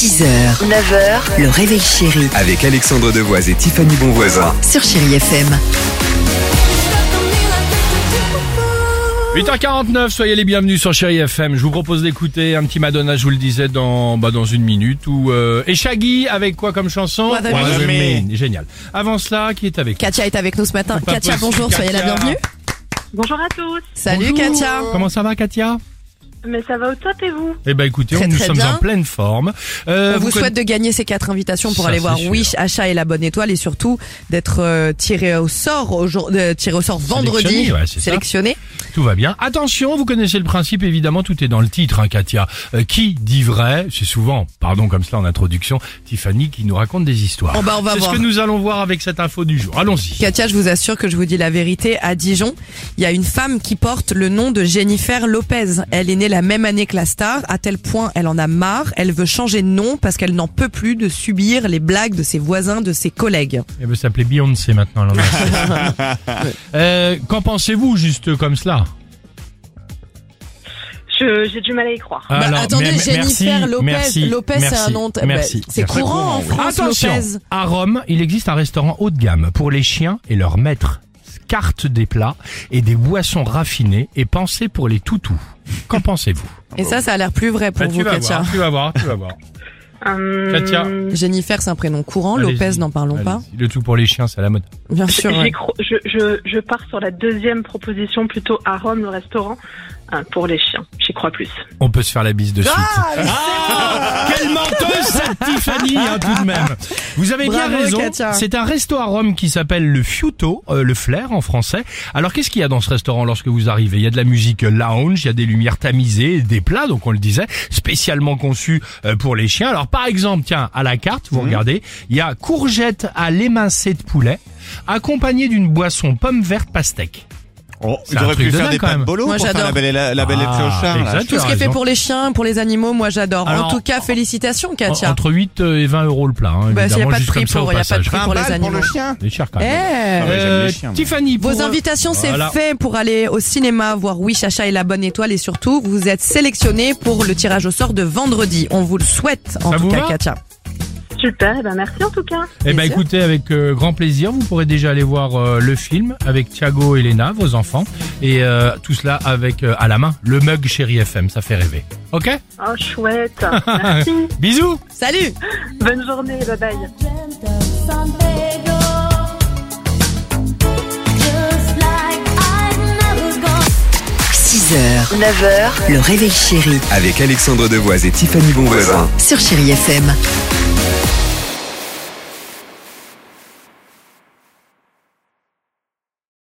6h, 9h, le réveil chéri Avec Alexandre Devoise et Tiffany Bonvoisin. sur Chérie FM. 8h49, soyez les bienvenus sur Chéri FM. Je vous propose d'écouter un petit Madonna, je vous le disais, dans, bah, dans une minute. Ou, euh, et Shaggy, avec quoi comme chanson What the What the Me. Me. Génial. Avant cela, qui est avec nous Katia est avec nous ce matin. Pas Katia, possible, bonjour, soyez la Katia. bienvenue. Bonjour à tous. Salut Bonjour. Katia. Comment ça va, Katia Mais ça va au top et vous Eh ben écoutez, Très, on- nous très sommes bien. en pleine forme. Euh, On vous conna- souhaite de gagner ces quatre invitations pour Ça, aller c'est voir sûr. Wish, Achat et la Bonne Étoile et surtout d'être euh, tiré au sort aujourd'hui, euh, tiré au sort vendredi, ouais, c'est ça. sélectionné. Tout va bien. Attention, vous connaissez le principe, évidemment, tout est dans le titre, hein, Katia. Euh, qui dit vrai C'est souvent, pardon comme cela en introduction, Tiffany qui nous raconte des histoires. Oh, bah, on va C'est ce voir. que nous allons voir avec cette info du jour. Allons-y. Katia, je vous assure que je vous dis la vérité. À Dijon, il y a une femme qui porte le nom de Jennifer Lopez. Elle est née la même année que la star. À tel point, elle en a marre. Elle veut changer de nom parce qu'elle n'en peut plus de subir les blagues de ses voisins, de ses collègues. Elle veut s'appeler ben, Beyoncé maintenant. elle en a assez. euh, Qu'en pensez-vous juste comme cela Je- J'ai du mal à y croire. Ah, Alors, bah, attendez, mais- mais- Jennifer merci, Lopez. merci, Lopez, merci, c'est un nom. t- bah, Merci. c'est merci. courant en France, Attention, Lopez. à Rome, il existe un restaurant haut de gamme pour les chiens et leurs maîtres. Carte des plats et des boissons raffinées et pensées pour les toutous. Qu'en pensez-vous Et ça, ça a l'air plus vrai pour vous, Katia. Bah, tu vas voir, tu vas voir. Hum, Katia. Jennifer, c'est un prénom courant. Lopez, Allez-y, n'en parlons pas. allez-y. Le tout pour les chiens, c'est à la mode. Bien sûr. j'y ouais. cro- je, je, je pars sur la deuxième proposition, plutôt à Rome, le restaurant, hein, pour les chiens. J'y crois plus. On peut se faire la bise de suite. Ah, quelle menteuse cette Tiffany, hein, tout de même. Vous avez bien Bravo, raison. Katia. C'est un resto à Rome qui s'appelle le Fiuto, euh, le flair en français. Alors qu'est-ce qu'il y a dans ce restaurant lorsque vous arrivez Il y a de la musique lounge, il y a des lumières tamisées, des plats, donc on le disait, spécialement conçus euh, pour les chiens. Alors par exemple, tiens, à la carte, Mhm. vous regardez, il y a courgettes à l'émincé de poulet, accompagnées d'une boisson pomme verte pastèque. Oh, C'est un j'aurais truc pu de faire dingue, des quand pâtes même. bolo Moi, pour faire j'adore. la belle et la, la belle et le Ah, piochard, là. exact. Tout ce qui est fait raison. pour les chiens, pour les animaux, moi j'adore. En Alors, tout cas, félicitations Katia. Entre 8 et 20 euros le plat, hein, Ah, Bah, s'il y a évidemment, pas de juste prix comme ça au pour- il y a pas de passage. prix pour les balles animaux. pour le chien. Les chers quand Eh même. Ah ouais, j'aime les chiens, moi. Tiffany, Vos pour- euh, invitations, c'est Voilà. fait pour aller au cinéma, voir Wish, Achat et la Bonne Étoile. Et surtout, vous êtes sélectionné pour le tirage au sort de vendredi. On vous le souhaite, en Ça tout vous cas, va Katia. Super, eh ben merci en tout cas. Eh ben plaisir. écoutez, avec euh, grand plaisir, vous pourrez déjà aller voir euh, le film avec Thiago et Lena, vos enfants, et euh, tout cela avec euh, à la main le mug Chéri FM, ça fait rêver. Ok Oh, chouette. merci. Bisous. Salut Bonne journée. Bye bye. dreamt of San Pedro, just like I've never gone. 6h, 9h, le réveil chéri Avec Alexandre Devoise et Tiffany Bonvoisin. sur Chérie FM.